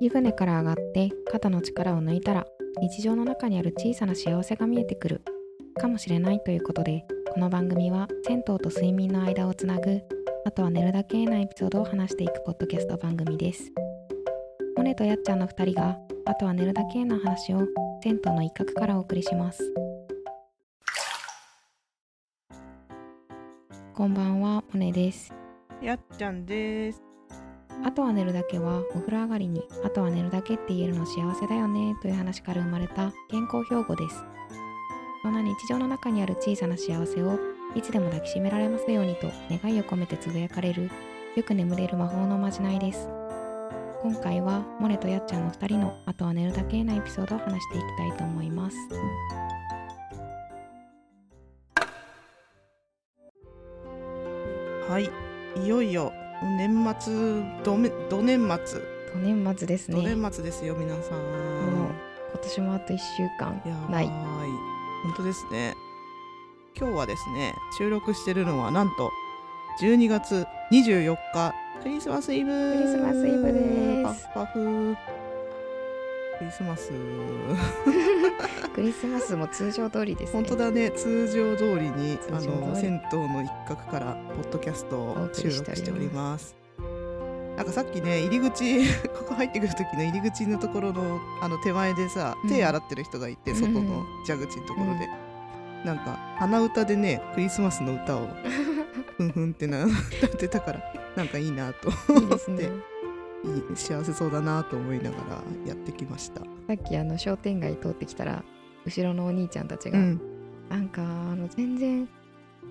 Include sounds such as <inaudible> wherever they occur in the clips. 湯船から上がって肩の力を抜いたら日常の中にある小さな幸せが見えてくるかもしれないということでこの番組は銭湯と睡眠の間をつなぐあとは寝るだけなエピソードを話していくポッドキャスト番組ですモネとやっちゃんの2人があとは寝るだけな話を銭湯の一角からお送りしますこんばんはモネですやっちゃんです。あとは寝るだけはお風呂上がりにあとは寝るだけって言えるの幸せだよねという話から生まれた健康標語ですそんな日常の中にある小さな幸せをいつでも抱きしめられますようにと願いを込めてつぶやかれるよく眠れる魔法のおまじないです今回はモネとやっちゃんの2人のあとは寝るだけなエピソードを話していきたいと思いますはい、いよいよ年末どめど年末と年末ですどね今年末ですよ、皆さん。も年もあと1週間やばないい。本当ですね。今日はですね、収録してるのはなんと12月24日クリスマスイブ。クリスマスイブですパフパフ。クリスマス。クリスマスも通常通りですね本当だね通常通りに通常あ通りの銭湯の一角からポッドキャストを収録しておりますなんかさっきね入り口 <laughs> ここ入ってくる時の入り口のところのあの手前でさ、うん手洗ってる人がいて外の蛇口のところで、なんか鼻歌でねクリスマスの歌をふんふんってな <laughs> 歌ってたからなんかいいなといいですねいい幸せそうだなと思いながらやってきました、さっきあの商店街通ってきたら後ろのお兄ちゃんたちうが、ん、なんかあの全然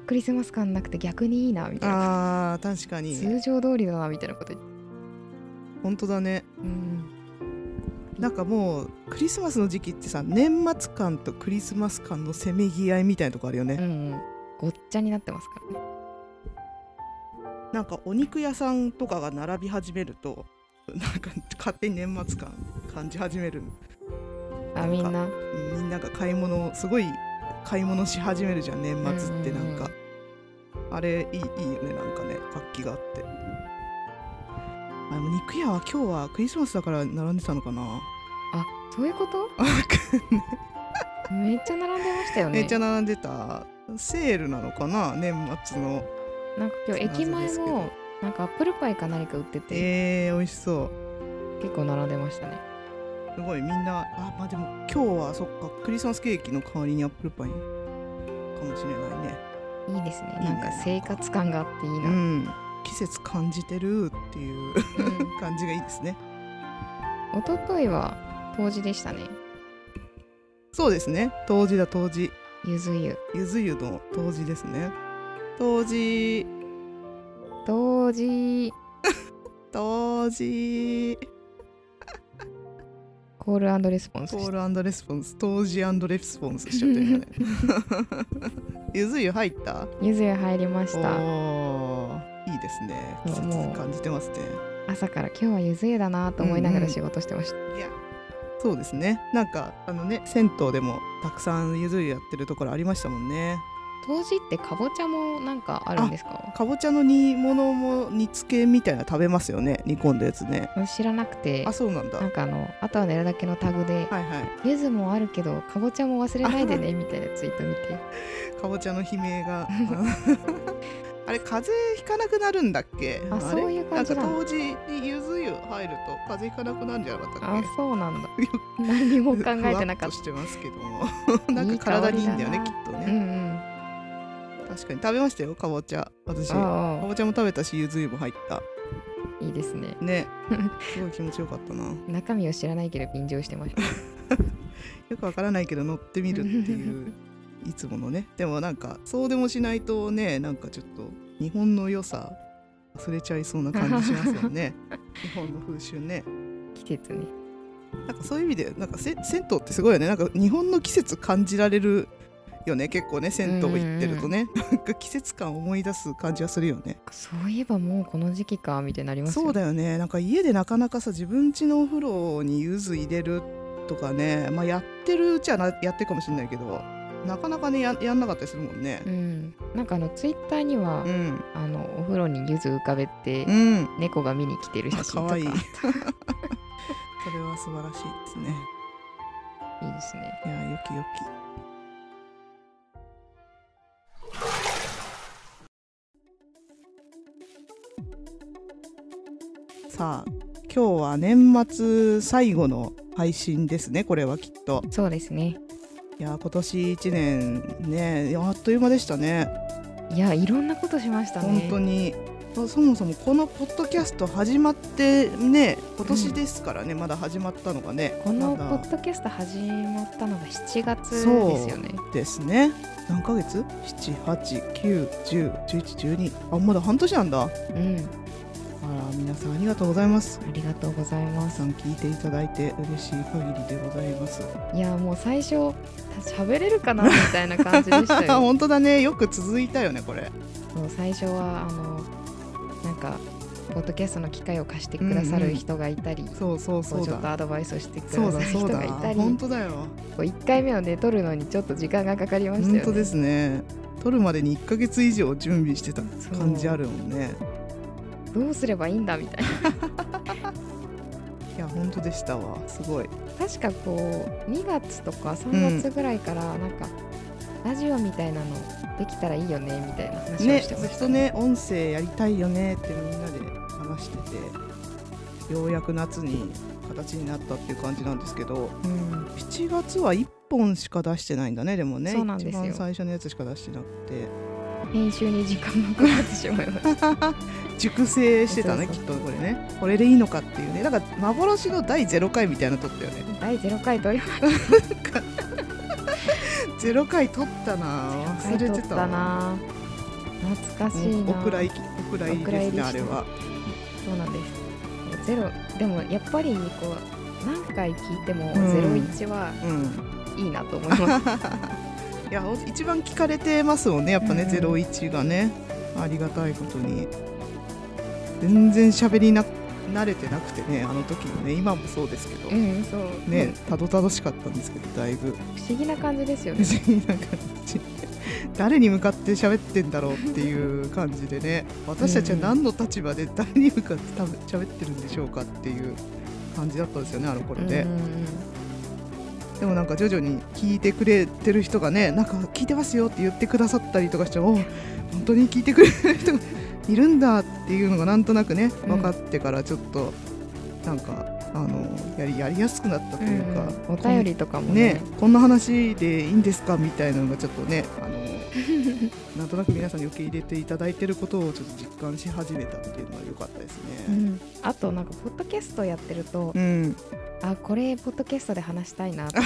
クリスマス感なくて逆にいいなみたいなあー確かに通常通りだなみたいなこと言って、本当だねうん、なんかもうクリスマスの時期ってさ年末感とクリスマス感のせめぎ合いみたいなとこあるよね、うんうんごっちゃになってますからねなんかお肉屋さんとかが並び始めるとなんか <laughs> 勝手に年末感感じ始めるあみんなうんみんなが買い物をすごい買い物し始めるじゃん年末ってなんか、あれいいいいよねなんかね活気があってあでも肉屋は今日はクリスマスだから並んでたのかな <laughs> そういうことめっちゃ並んでましたよねめっちゃ並んでたセールなのかな年末のなんか今日駅前もなんかアップルパイか何か売ってて、えー、美味しそう結構並んでましたねすごいみんなあまあでも今日はそっかクリスマスケーキの代わりにアップルパイかもしれないねいいですねいいねなんか生活感があっていいうな、ん季節感じてるっていううん感じがいいですね一昨日は冬至でしたねそうですね冬至だ冬至ゆず湯ゆず湯の冬至ですね冬至冬至冬至コールレスポンスコしてールレスポンス冬至レスポンスしちゃってるよ <laughs> ね <laughs> ゆず湯入ったゆず湯入りましたおーいいですね季そうもう節感じてますね朝から今日はゆず湯だなと思いながうんうらん仕事してました、いやそうですねなんかあのね銭湯でもたくさんゆず湯やってるところありましたもんね冬至ってかぼちゃもなんかあるんですかかぼちゃの煮物も煮つけみたいなの食べますよね煮込んだやつね知らなくてあそうなんだなはんかあのあとは寝るだけのタグでいはゆずもあるけどかぼちゃも忘れないでねみたいなツイート見ていかぼちゃの悲鳴 <laughs> があれ風邪ひかなくなるんだっけあれそういう感じなんだんか当時にゆず湯入ると風邪ひかなくなるんじゃなかったあっけそうなんだ何も考えてなかったふわとしてますけどもな <laughs> んいかい香体にりいいだなんだよねきっとうんね、うん確かに食べましたよかぼちゃ私かあぼちゃも食べたしゆず湯も入ったあいいですね <laughs> ねすごい気持ちよかったな中身を知らないけど便乗してま <laughs> したよくわからないけど乗ってみるっていう <laughs> いつものねでもなんかそうでもしないとねなんかちょっと日本の良さ忘れちゃいそうな感じしますよ <laughs> ね日本の風習ね季節ねなんかそういう意味でなんかせ銭湯ってすごいよねなんか日本の季節感じられるよね結構ね銭湯行ってるとね、なんか季節感思い出す感じはするよねそういえばもうこの時期かみたいになりますよそうだよねなんか家でなかなかさ自分家のお風呂に柚子入れるとかね、まあ、やってるうちはなやってるかもしれないけどなかなかねややんなかったりするもんねうんなんかあのツイッターには、うんあのお風呂に柚子浮かべてうん <laughs> 猫が見に来てる写真とあか可愛いそれは素晴らしいですねいいですねいやよきよきさあ今日は年末最後の配信ですねこれはきっとそうですねいや今年1年ねあっという間でしたねいやいろんなことしましたね本当にそそもそもこのポッドキャスト始まってね今年ですからね、まだ始まったのがねこのポまだッドキャスト始まったのが7月ですよねですね何ヶ月 ?789101112あまだ半年なんだあらうん皆さんありがとうございますありがとうございま皆すさん聞いていただいて嬉しい限りでございますいやもう最初喋れるかなみたいな感じでしたよ <laughs> 本当だねよく続いたよねこれそう最初はあのなんかポッドキャストの機会を貸してくださる人がいたり、そうそこうそううちょっとだアドバイスをしてくそださうだるそ人うだがいたり本当だよこう1回目をね撮るのにちょっと時間がかかりましたよね本当ですね撮るまでに1ヶ月以上準備してた感じあるもんねどうすればいいんだみたいないや本当でしたわすごい確かこう2月とか3月ぐらいからなんか、ラジオみたいなのできたらいいよねみたいな話をねしてずまっしとたね音声やりたいよねってみんなで話しててようやく夏に形になったっていう感じなんですけどうん7月は1本しか出してないんだねでもねそうなんですよ一番最初のやつしか出してなくて編集に時間がかかってしまいました熟成してたねそうきっそうとこれねこれでいいのかっていうねだから幻の第0回みたいなの撮ったよね <laughs> 第0回撮りました0回撮ったな忘れ撮てったたな懐かしいうんなお蔵入りお蔵入りお蔵入でりしすねたあれはそうなんです。ゼロでもやっぱりこう何回聞いてもうんゼロ一はうんいいなと思い <laughs> ます。いや一番聞かれてますもんねやっぱね、うんゼロ一がねありがたいことに全然喋りな慣れてなくてねあの時もね今もそうですけど、うん、そう。ねたどたどしかったんですけどだいぶ不思議な感じですよ不ね。思議 <laughs> な感じ誰に向かって喋ってんだろうっていう感じでね私たちは何の立場で誰に向かって多分喋ってるんでしょうかっていう感じだったんですよねあの頃で。うんうんうんでもなんか徐々に聞いてくれてる人がねなんか聞いてますよって言ってくださったりとかしておう本当に聞いてくれる人がいるんだっていうのがなんとなくねうん分かってからちょっとなんかあのやりやりやすくなったというか、お便りとかもねね。こんな話でいいんですかみたいなのがちょっとね <laughs> あのなんとなく皆さんに受け入れていただいてることをちょっと実感し始めたっていうのは良かったですうね。んあとなんかポッドキャストやってると、うん、あこれポッドキャストで話したいなとか、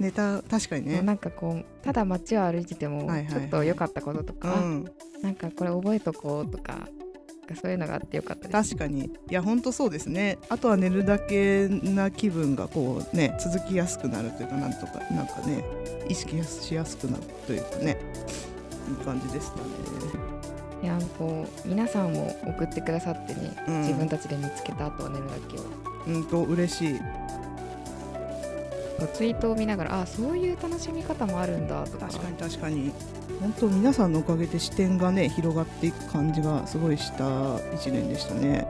ネタ確かにもう <laughs> ね。なんかこうただ街を歩いててもはいはいちはいょっと良かったこととうか、んなんかこれ覚えとこうとかなんかそういうのがあって良かったです。確かにいや本当そうですねあとは寝るだけな気分がこうね続きやすくなるというかなんとかなんかね意識しやすくなるというかねいい感じでしたね、いやこう皆さんも送ってくださってね。うん、自分たちで見つけた後は寝るだけをうんと嬉しいこうツイートを見ながらあそういう楽しみ方もあるんだとか確かに確かに本当皆さんのおかげで視点がね広がっていく感じがすごいした1年でしたね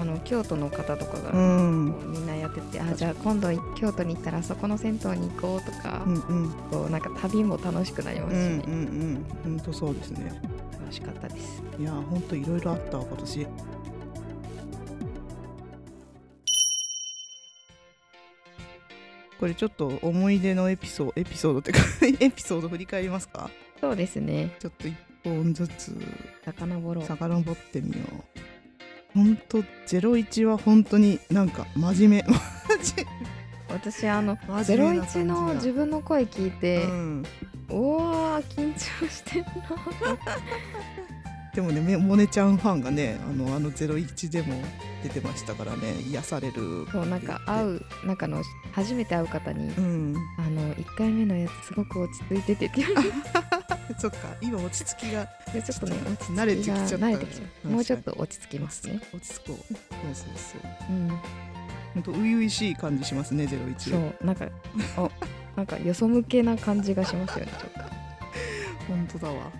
あの京都の方とかうが、んうんこうみんなやっててあじゃあ今度京都に行ったらそこの銭湯に行こうとか、うんうんこうなんか旅も楽しくなりまうすしんね、うん本当そうですね楽しかったですいや本当いろいろあったわ今年これちょっと思い出のエピソードエピソードっていうか <laughs> エピソード振り返りますかそうですねちょっと一本ずつ遡ろう遡ってみようほんと01は本当になんか真面目 <laughs> 真私あの『真ゼロ面目なイチの感じ自分の声聞いだてう、ん、おー緊張してんなでもねめモネちゃんファンがねあのあの01でも出てましたからね癒されるこうなんか会う中の初めて会う方に、うんあの1回目のやつすごく落ち着いててって言われてそっか今落ち着きがでちょっとね落ち着きが慣れてきちゃった慣れてきちゃうもうちょっ確と落ち着きますね。落ち着こうそうそうそううん、本当初々しい感じしますねゼロ一そうなんかおなんかよそ向けな感じがしますよねちょっ本当だわ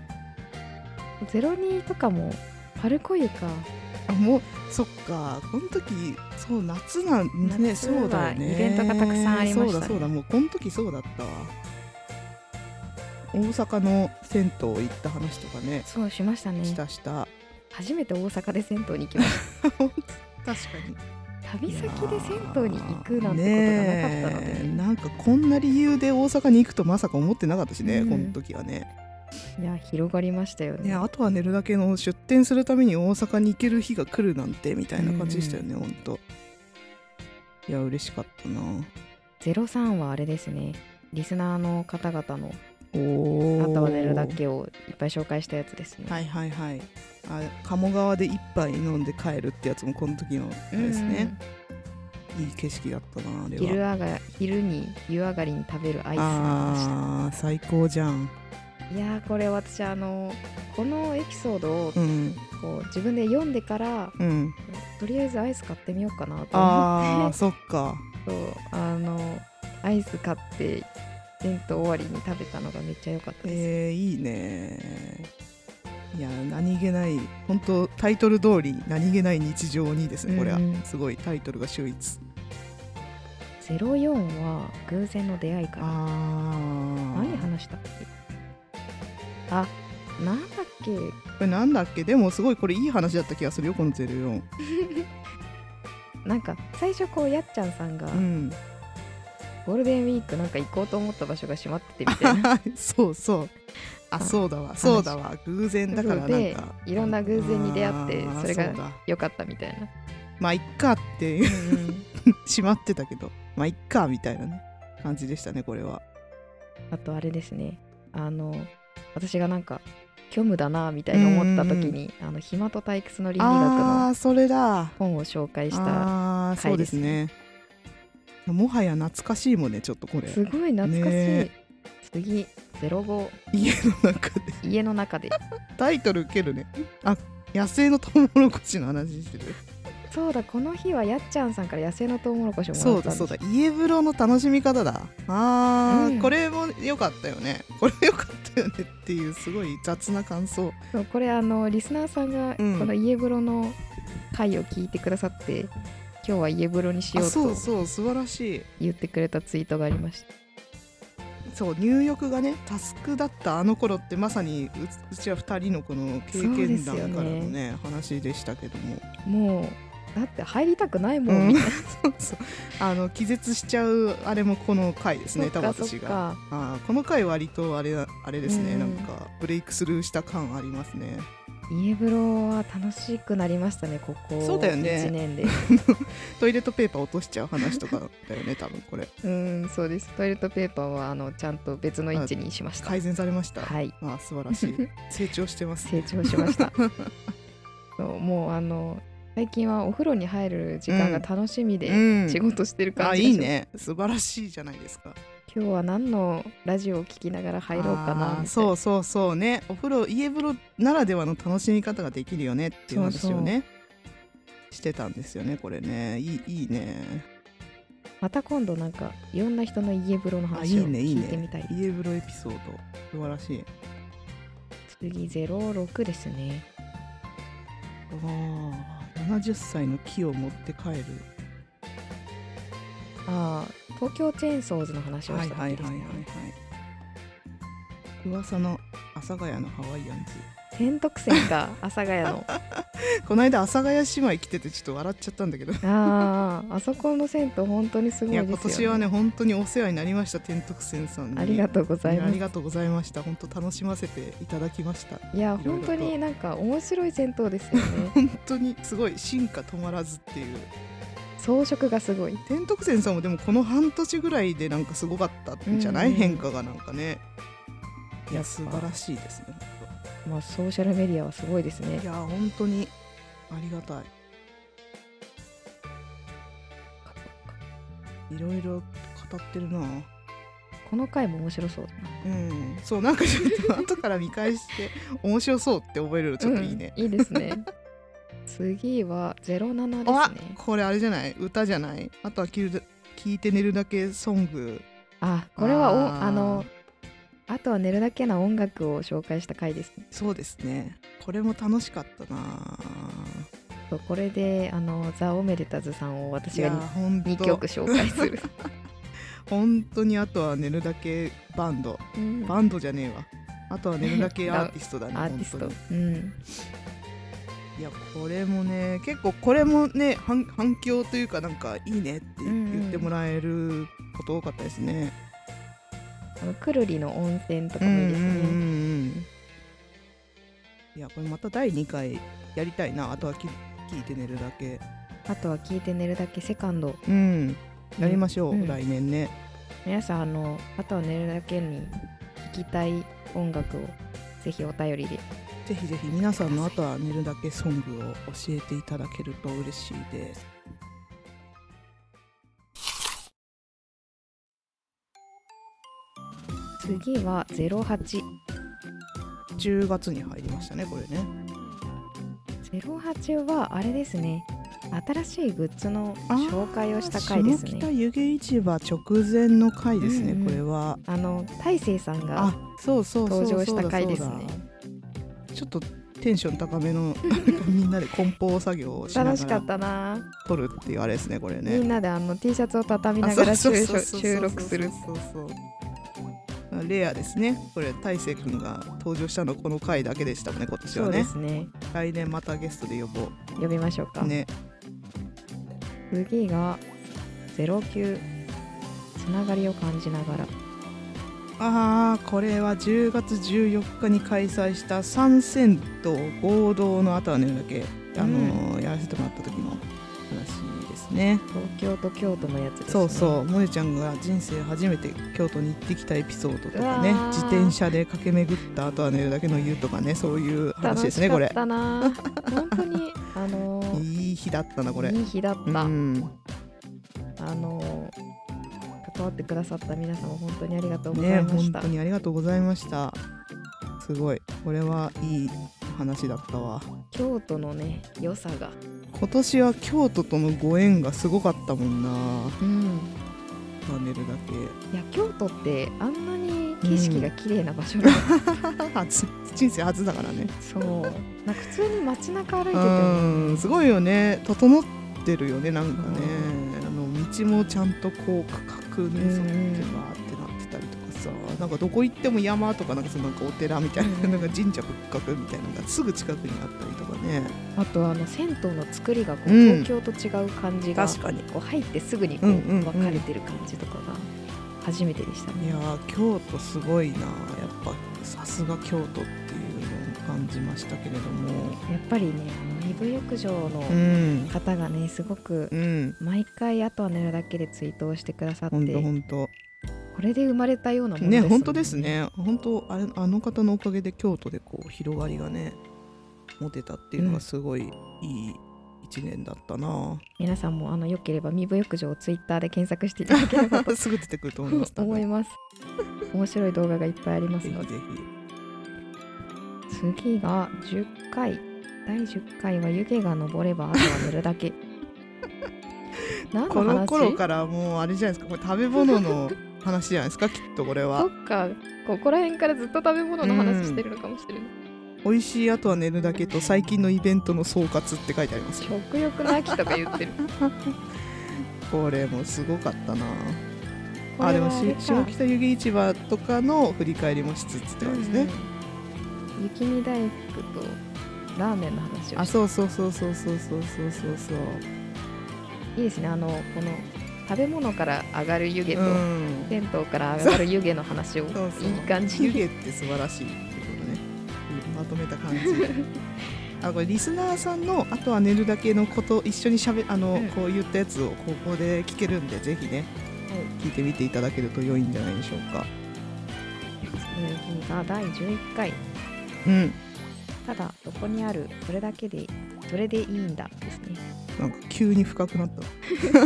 と。ゼロ二とかもパルコユかあもうそっかこの時そう夏なんですね夏そうだよねはイベントがたくさんありましたねそうだそうだもうこの時そうだったわ大阪の銭湯行った話とかねそうしましたねしたした初めて大阪で銭湯に行きまし確かにた旅先で銭湯に行くなんてことがなかったので、ねえなんかこんな理由で大阪に行くとまさか思ってなかったしね、うんこの時はねいや広がりましたよねねあとは寝るだけの出店するために大阪に行ける日が来るなんてみたいな感じでしたよね、ほんといや嬉しかったな03はあれですねリスナーの方々の「おあとは寝るだけけ」をいっぱい紹介したやつですね、はいはいはいあ鴨川で一杯飲んで帰るってやつもこの時のあれうんですね、いい景色だったなあれ昼はあが昼に湯上がりに食べるアイスの話あー最高じゃんいやーこれ私あのこのエピソードをうんこう自分で読んでからうんとりあえずアイス買ってみようかなとあ思ーってそっかそうあのアイス買って弁当終わりに食べたのがめっちゃ良かったです、えー、いいねいや何気ない本当タイトル通り何気ない日常にですねこれは、うんうんすごいタイトルが秀逸04は偶然の出会いからあ何話したっけあなんだっけこれなんだっけでもすごいこれいい話だった気がするよこの04なんか最初こうやっちゃんさんがうんゴールデンウィークなんか行こうと思った場所が閉まっててみた <laughs> いなそうそうああそうだわそうだわ偶然だからなんかでいろんな偶然に出会ってあーそれがうだ良かったみたいな、まあいっかっていううんうんしまってたけどまあいっかみたいなね感じでしたねこれは <laughs> あとあれですねあの私がなんか虚無だなみたいに思った時に「あの暇と退屈の倫理学」あのあーそれだ本を紹介したああーそうですねもはや懐かしいもんねちょっとこれすごい懐かしい、ね次05家の中で家の中でタイトル受けるねあ野生のトウモロコシの話してるそうだこの日はやっちゃんさんから野生のトウモロコシをもらそっうただんですそうだ家風呂の楽しみ方だあー、うんこれも良かったよねこれ良かったよねっていうすごい雑な感想そうこれあのリスナーさんがこうんの家風呂の回を聞いてくださって、今日は家風呂にしあようそうとそう素晴らしい言ってくれたツイートがありましたそう入浴がねタスクだったあの頃ってまさにううちは2人のこのそ経うで験すよ談ねからのね話でしたけどももうだって入りたくないもうんんみたいな、そうそうあの気絶しちゃうあれもこの回ですねそ多っ分かそ私っがかあーこの回割とあれだあれですね、うんなんかブレイクスルーした感ありますね家風呂は楽しくなりましたねここそうだよね1年でトイレットペーパー落としちゃう話とか <laughs> だよね多分これうんそうですトイレットペーパーはあのちゃんと別の位置にしました改善されました、はいあー素晴 <laughs> らしい成長してます成長しました <laughs> そうもうあの最近はお風呂に入る時間が楽しみうでん仕事してるあ感じいがしいますね素晴らしいじゃないですか今日は何のラジオを聞きながら入ろうかなみたいあーなそうそうそうねお風呂家風呂ならではの楽しみ方ができるよねっていう話をねしてたんですよねこれねいいいいねまた今度なんかいろんな人の家風呂のあい話いをねいい聞いてみねたい家風呂エピソード素晴らしい次06ですねああ70歳の木を持って帰るあー東京チェーンソーズの話をはいしたはっいけはいですはいはねい噂の阿佐ヶ谷のハワイアンズ天徳線か阿佐ヶ谷 <laughs> のこの間阿佐ヶ谷姉妹来ててちょっと笑っちゃったんだけどあああそこの銭湯本当にすごいいやですよ、ね、今年はね本当にお世話になりました天徳仙さんにありがとうございいやあますりがとうございました本当楽しませていただきましたいやいろい本ろと当になんか面白い銭湯ですよ <laughs> ね本当にすごい進化止まらずっていう装飾がすごい天徳仙さんもでもこの半年ぐらいでなんかすごかったんじゃなうい、んうん変化がなんかねいややっぱ素晴らしいですねまあソーシャルメディアはすごいですねいや本当にありがたいいろいろ語ってるなこの回も面白そうだなうんそうなんかちょっと後から見 <laughs> 返して面白そうって覚えるのちょっといいね、うんいいです <laughs> ね次は07あですねこれあれじゃない歌じゃないあとは聞る聞いて寝るだけソングあこれはおああーのあとは寝るだけな音楽を紹介した回ですねそうですねこれも楽しかったなそうこれであのザ・オメデタズさんをい私やが本2当曲紹介する本当にあとは寝るだけバンドうんバンドじゃねえわあとは寝る <laughs> だけアーティストだねアーティス本ト当にうんいやこれもね結構これもね反反響というかなんかいいねってうんうん言ってもらえること多かったですね。あのくるりの温泉とかうんもういいんですね、うんいやこれまた第2回やりたいなあとはき聞いて寝るだけ。あとは聞いて寝るだけセカンドうんやりましょうう、ん来年ね。皆さんあのあとは寝るだけに聞きたい音楽をぜひお便りでぜひぜひ皆さんのあとは寝るだけソングを教えていただけると嬉しいです。次は0808 10月に入りましたねこれね。はあれですね新しいグッズの紹介をした回です下北ね湯気市場直前の回ですね、うんうんこれは。あの大勢さんがあそうそうそう登場そうしだた回ですねそうだちょっとテンション高めの <laughs> みんなで梱包作業をしな楽しがからったな、撮るっていうあれですねこれみんねなであの T シャツを畳みあながらそう収そうそうそう収録するそうそうそうレアですねこれ大勢くんが登場したのこの回だけでしたもんね今年そはうでねすね来年またゲストで呼ぼ呼びましょうか、うね次が09つながりを感じながらあーこれは10月14日に開催した三銭と合同のあとはねだけ、あのーやらせてもらった時の話ですね東京と京都のやつです、ね、そうそうもねちゃんが人生初めて京都に行ってきたエピソードとかねうわー自転車で駆け巡ったあとは寝るだけの言うとかねそういう話楽ですしねかこっれたな本当にあのー <laughs> いい日だったなこれいい日だった、うんあのー関わってくださった皆様本当にありがとうござねいまし本た、当にありがとうございましたすごいこれはいい話だったわ京都のね良さが今年は京都とのご縁がすごかったもんなうんあとは寝るだいや京都ってあんなに景色が綺麗な場所なの、け初人生初だからね <laughs> そうなんか普通に街中歩いててもうんすごいよね整ってるよねなんかね、あの道もちゃんとこう区画に沿ってうんわーってなってたりとかさ、なんかどこ行っても山とかなんかそのなんかお寺みたいな,、うんなんか神社仏閣みたいなのがすぐ近くにあったりとかねあとあの銭湯の作りがこううん東京と違う感じが、かにいこう入ってすぐにこううんうんうん分かれてる感じとかが初めてでしたね、やー京都すごいなやっぱさすが京都っていうのを感じましたけれどもやっぱりねあの EV 浴場のうん方がねすごくうん毎回あとは寝るだけでツイートをしてくださってほんとほんとこれで生まれたようなものでねす本当ですね本当あれあの方のおかげで京都でこう広がりがね持てたっていうのうんがすごいいい一年だったな、皆さんもあのよければ身分浴場をツイッターで検索していただけ <laughs> ればとすぐ出てくると思います <laughs> 思います面白い動画がいっぱいありますぜひのぜで次が10回第10回は「湯気が昇ればあとは寝るだ <laughs> け」何のひこ話の頃からもうあれじゃないですかこれ食べ物の話じゃないですかきっとこれそはっかここら辺からずっと食べ物の話してるのかもしれない、美味しいあとは寝るだけと最近のイベントの総括って書いてありますよ食欲の秋とか言ってるこれもすごかったなこれは <laughs> あでもあしれか下北湯気市場とかの振り返りもしつつって感じですね、うんうん雪見大福とラーメンの話をあしそうそうそうそうそうそうそうそうそいういですねあのこの食べ物から上がる湯気と、うん銭湯から上がる湯気の話をそうそういい感じ湯に気って素晴らしいってことねまとめた <laughs> 感じあこれリスナーさんのあとは寝るだけのこと一緒にしゃべあの、うんこう言ったやつをここで聞けるんでぜひね、聞いてみていただけると良いんじゃないでしょうか次が第11回うんただどこにあるそれだけでそれでいいんだですねなんか急に深くなっ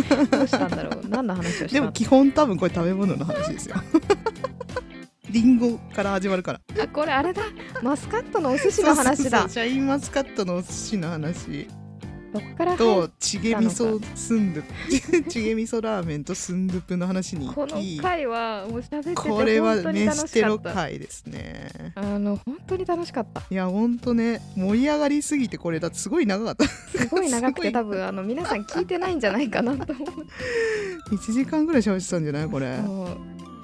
たどうしたんだろ <laughs> う何の話をしたでのも基本多分これ食べ物の話です <laughs> よリンゴから始まるからあこれあれだマスカットのお寿司の話だそうそうそうシャインマスカットのお寿司の話どこから入とっチゲ味噌スンドゥプ <laughs> チゲ味噌ラーメンとスンドゥプの話にこ行のき回はもう喋っててこれは本当にメ楽スしテかロった回ですねあの本当に楽しかったいやほんとね盛り上がりすぎてこれだってすごい長かった <laughs> すごい長くすごてい多分あの皆さん聞いてないんじゃないかなと思う1時間ぐらい喋ってたんじゃないこれそう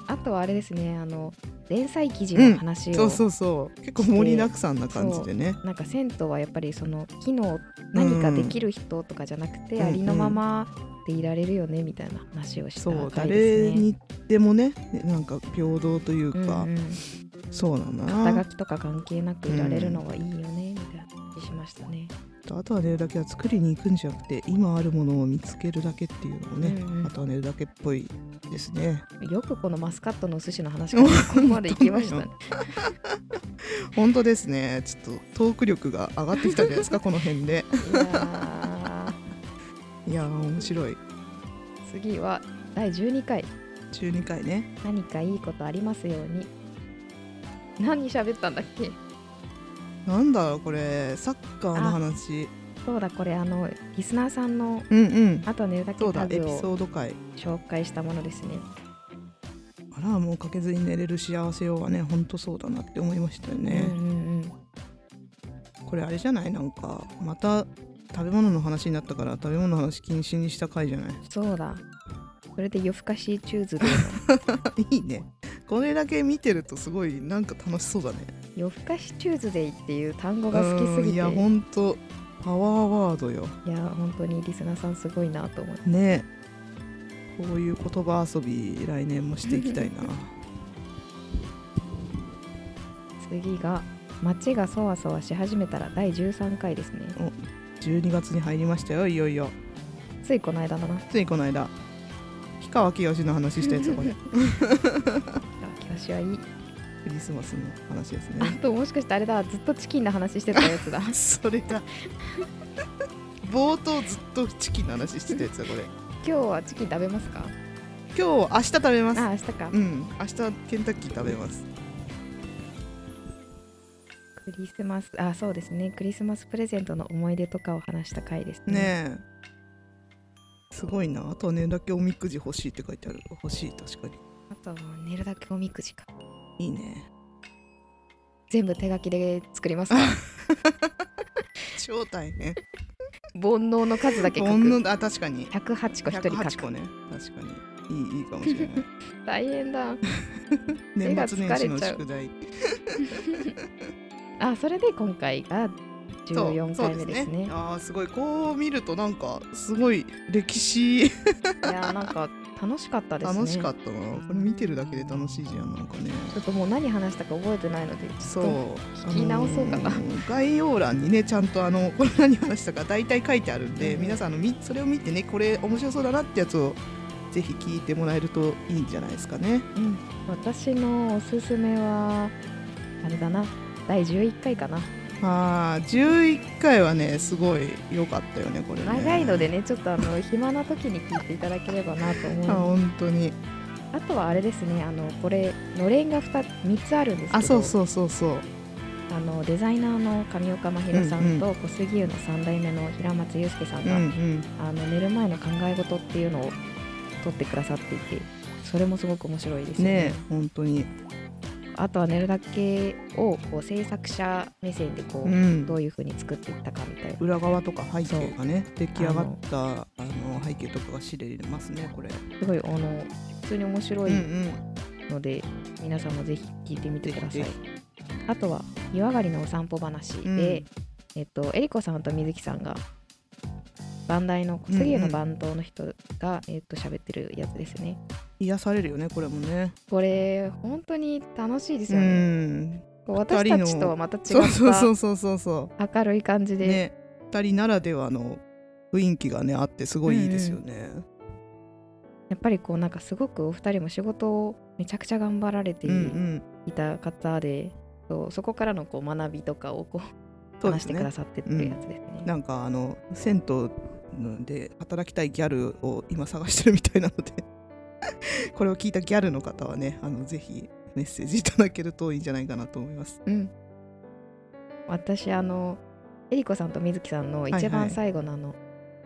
あとはあれですねあの連載記事の話を、そうそうそう結構盛りだくさんな感じでねなんか銭湯はやっぱりその機能何かできる人とかじゃなくて、うんありのままでいられるよねみたいな話をしたそう回で誰すね。にでもねなんか平等というか、うんうんそうなんだ肩な書きとか関係なくいられるのはいいよねみたいな話しましたね。あとは寝るだけは作りに行くんじゃなくて今あるものを見つけるだけっていうのもね、うんうんあとは寝るだけっぽいですねよくこのマスカットのお寿司の話がここまで行きましたね。本当ですねちょっとトーク力が上がってきたんじゃない <laughs> ですかこの辺でいやいやー面白いー次は第12回12回ね「何かいいことありますように」何喋ったんだっけなんだろうこれサッカーの話そうだこれあのリスナーさんのうんうんあと寝るだけそうだタエピグをソード回紹介したものですね。あらもうかけずに寝れる幸せようはねほんとそうだなって思いましたよね、うんうんうんこれあれじゃないなんかまた食べ物の話になったから食べ物の話禁止にした回じゃない <laughs> そうだ。それで夜更かしチューズデーのいいねこれだけ見てるとすごいなんか楽しそうだね夜更かしチューズデーっていう単語が好きすぎてうんいいややほんとパワーワードよ本当にリスナーさんすごいなと思ってねこういう言葉遊び来年もしていきたいな次が街がそわそわし始めたら第13回ですね12月に入りましたよいよいよついこの間だなついこの間氷川きよしの話したやつだこれ気しはいいクリスマスの話ですあねともしかしてあれだずっとチキンの話してたやつだ <laughs> それだ冒頭ずっとチキンの話してたやつだこれ今日はチキン食べますか今日明日食べますあ明日かうん明日ケンタッキー食べますクリスマスあそうですねクリスマスプレゼントの思い出とかを話した回ですねねえすごいなあとはねだけおみくじ欲しいって書いてある欲しい確かあとは寝るだけおみくじかにいいね全部手書きで作りますか超大変煩悩の数だけ書ほんくのあ確かに108個一人書108く個ね確かにいいいいか <laughs> もしれない大変だ手が疲年末れちゃう年始の宿題あそれで今回がと14回目ですねああすごいこう見るとなんかすごい歴史いやなんか楽しかったですね楽しかったなこれ見てるだけで楽しいじゃんなんかねちょっともう何話したか覚えてないのでちそょうっと聞き直そうかなあのー概要欄にねちゃんとあの <laughs> これ何話したか大体書いてあるんで、うん皆さんあのみそれを見てねこれ面白そうだなってやつをぜひ聞いてもらえるといいんじゃないですかねうん私のおすすめはあれだな第11回かなあー11回はねすごい良かったよねこれね長いのでねちょっとあの暇な時に聞いていただければなとあ思う本当にあとはあれですねあのこれのれんが 3, 3つあるんですけどあそうそうそうそうあのデザイナーの上岡真宙さんと小杉湯の3代目の平松祐介さんうんが、うんあの寝る前の考え事っていうのを取ってくださっていてそれもすごく面白いですよねねえ本当にあとは寝るだけをこう制作者目線でこう、うんどういう風に作っていったかみたいな裏側とか背景がね出来上がったあの背景とかが知れますねこれすごいあの普通に面白いうんうんので、皆さんもぜひ聞いてみてくださいぜひあとは湯上がりのお散歩話で、うんえっとえりこさんと水木さんがバンダイの小杉湯の番頭の人が、えっと喋ってるやつですね癒されるよねこれもねこれ本当に楽しいですうよね、んこう私たちとはまた違そうそうそっうそうそうそた明るい感じうで、ね二人ならではの雰囲気がねあってすごいいいですよね、やっぱりこうなんかすごくお二人も仕事をめちゃくちゃ頑張られてうんうんいた方で、そうそこからのこう学びとかをこうそうで話しすてくだねさってっていうやつですね。なんかあの銭湯で働きたいギャルを今探してるみたいなので <laughs> これを聞いたギャルの方はねあのぜひメッセージいただけるといいんじゃないかなと思いますうん私あのえりこさんとみずきさんのいはい一番最後のあの、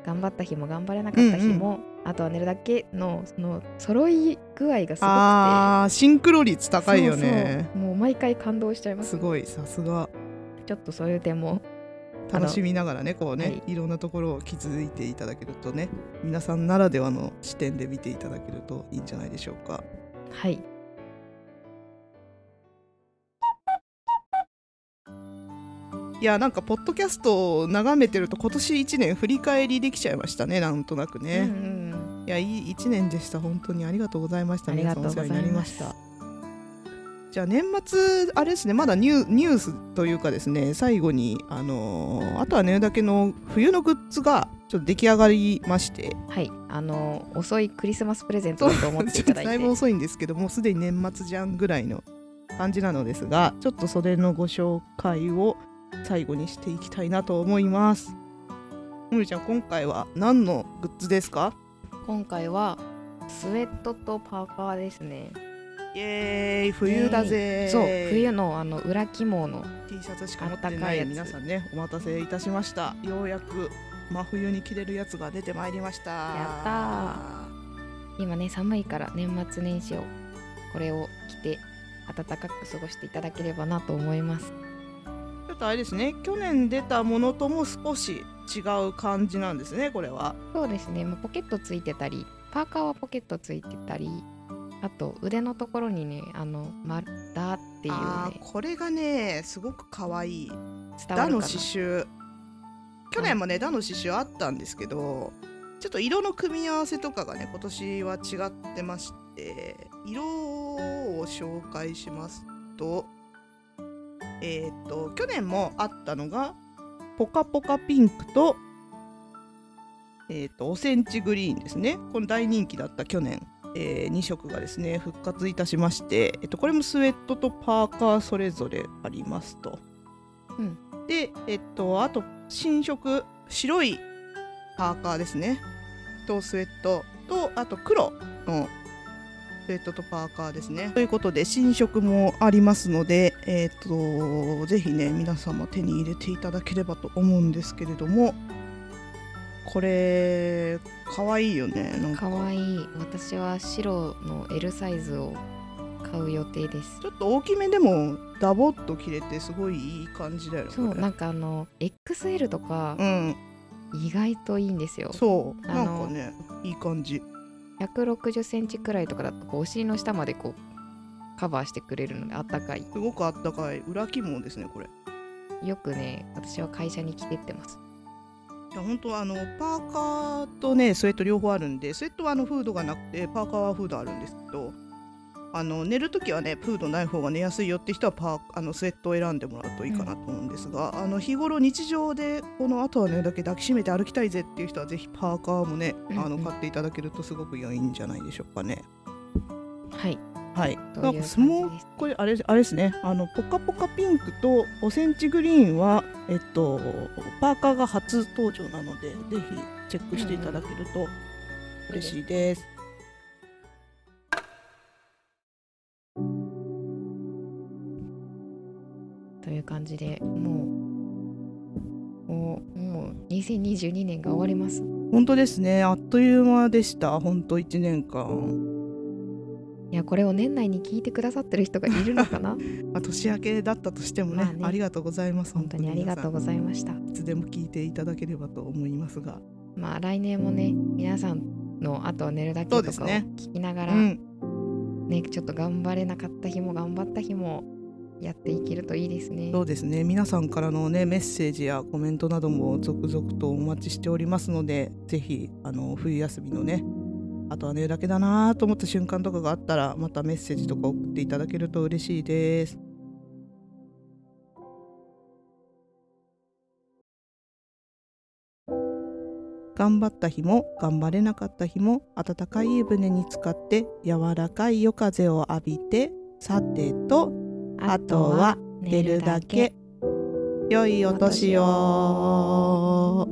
頑張った日も頑張れなかった日も、あとは寝るだけのその揃い具合がすごくてあーシンクロ率高いよねそうそうもう毎回感動しちゃいますすごいさすがちょっとそういう点もあの楽しみながらねこうね、はいい、ろんなところを気づいていただけるとね皆さんならではの視点で見ていただけるといいんじゃないでしょうかはいいやなんかポッドキャストを眺めてると今年1年振り返りできちゃいましたねなんとなくうんね、うんうんいやいい1年でした本当にありがとうございましたあり皆がさとんうおござ世い話になりままししたたじゃあ年末あれですねまだニューニュースというかですね最後にあのーあとは寝るだけの冬のグッズがちょっと出来上がりましてはいあの遅いクリスマスプレゼントだと思ってちいょっとただい <laughs> だていぶ遅いんですけどもうすでに年末じゃんぐらいの感じなのですがちょっとそれのご紹介を最後にしていきたいなと思いますもみちゃん今回は何のグッズですか今回はスウェットとパーカーですねイエーイ冬だぜそう冬のあの裏肝の T シャツしか持ってあのな高いいやつ皆さんねお待たせいたしましたようやく真冬に着れるやつが出てまいりましたやった今ね寒いから年末年始をこれを着て暖かく過ごしていただければなと思いますちょっとあれですね去年出たものとも少し違う感じなんですねこれはそうですね、まあ、ポケットついてたりパーカーはポケットついてたりあと腕のところにねあの「丸だ」っていうあーねこれがねすごく可愛い伝わダるのかな刺繍去年もねダの刺繍あったんですけどちょっと色の組み合わせとかがね今年は違ってまして色を紹介しますとえっ、と去年もあったのがポカポカピンクとえっ、とおセンチグリーンですねこの大人気だった去年、え2色がですね復活いたしまして、えっとこれもスウェットとパーカーそれぞれありますとで、えっと、あと新色白いパーカーですねとスウェットとあと黒のスウェットとパーカーですねということで新色もありますのでえっとぜひね皆様手に入れていただければと思うんですけれどもこれかわいいよねなんかかわいい私は白の L サイズを買う予定ですちょっと大きめでもダボっと着れてすごいいい感じだよねそうこれなんかあの XL とかうん意外といいんですよ、そうなあんのかねいい感じ160センチくらいとかだとこうお尻の下までこうカバーしてくれるのであったかいすごくあったかい裏肝ですねこれいよくね私は会社に着てってますや本当あのパーカーとねスウェット両方あるんでスウェットはあのフードがなくてパーカーはフードあるんですけどあの寝る時はねフードない方が寝やすいよって人はパーあのスウェットを選んでもらうといいかなと思うんですが、あの日頃日常でこの後はねだけ抱きしめて歩きたいぜっていう人はぜひパーカーもねあうのんうん買っていただけるとすごく良いんじゃないでしょうかね。はいはい、とないんうか感スモじですこれあれあれですねあのポカポカピンクと5センチグリーンはえっとパーカーが初登場なのでぜひチェックしていただけると嬉しいです。という感じでもうもうもう2022年が終わります本当ですねあっという間でした本当1年間、いやこれを年内に聞いてくださってる人がいるのか <laughs> なまあ、年明けだったとしてもね,、まあねありがとうございます本当にありがとうございましたいつでも聞いていただければと思いますがまあ来年もね皆さんのあとは寝るだけそとかうでをすね聞きながうら、んねちょっと頑張れなかった日も頑張った日もやっていけるといいですねそうですね皆さんからのねメッセージやコメントなども続々とお待ちしておりますのでぜひあの冬休みのねあとは寝るだけだなと思った瞬間とかがあったらまたメッセージとか送っていただけると嬉しいです。頑張った日も頑張れなかった日も暖かい湯船に浸かって柔らかい夜風を浴びてさてとあとは寝るだけ。良いお年を。